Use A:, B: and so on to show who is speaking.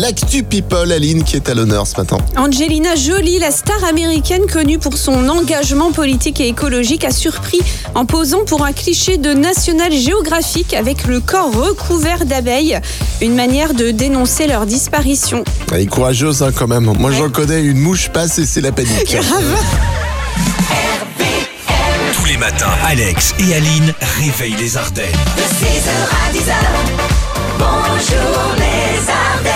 A: l'actu people, Aline, qui est à l'honneur ce matin.
B: Angelina Jolie, la star américaine connue pour son engagement politique et écologique, a surpris en posant pour un cliché de National Geographic avec le corps recouvert d'abeilles, une manière de dénoncer leur disparition.
A: Elle est courageuse hein, quand même. Moi, j'en connais, une mouche passe et c'est la panique.
C: Tous les matins, Alex et Aline réveillent les Ardennes.
D: De 6h à 10h, bonjour les Ardennes.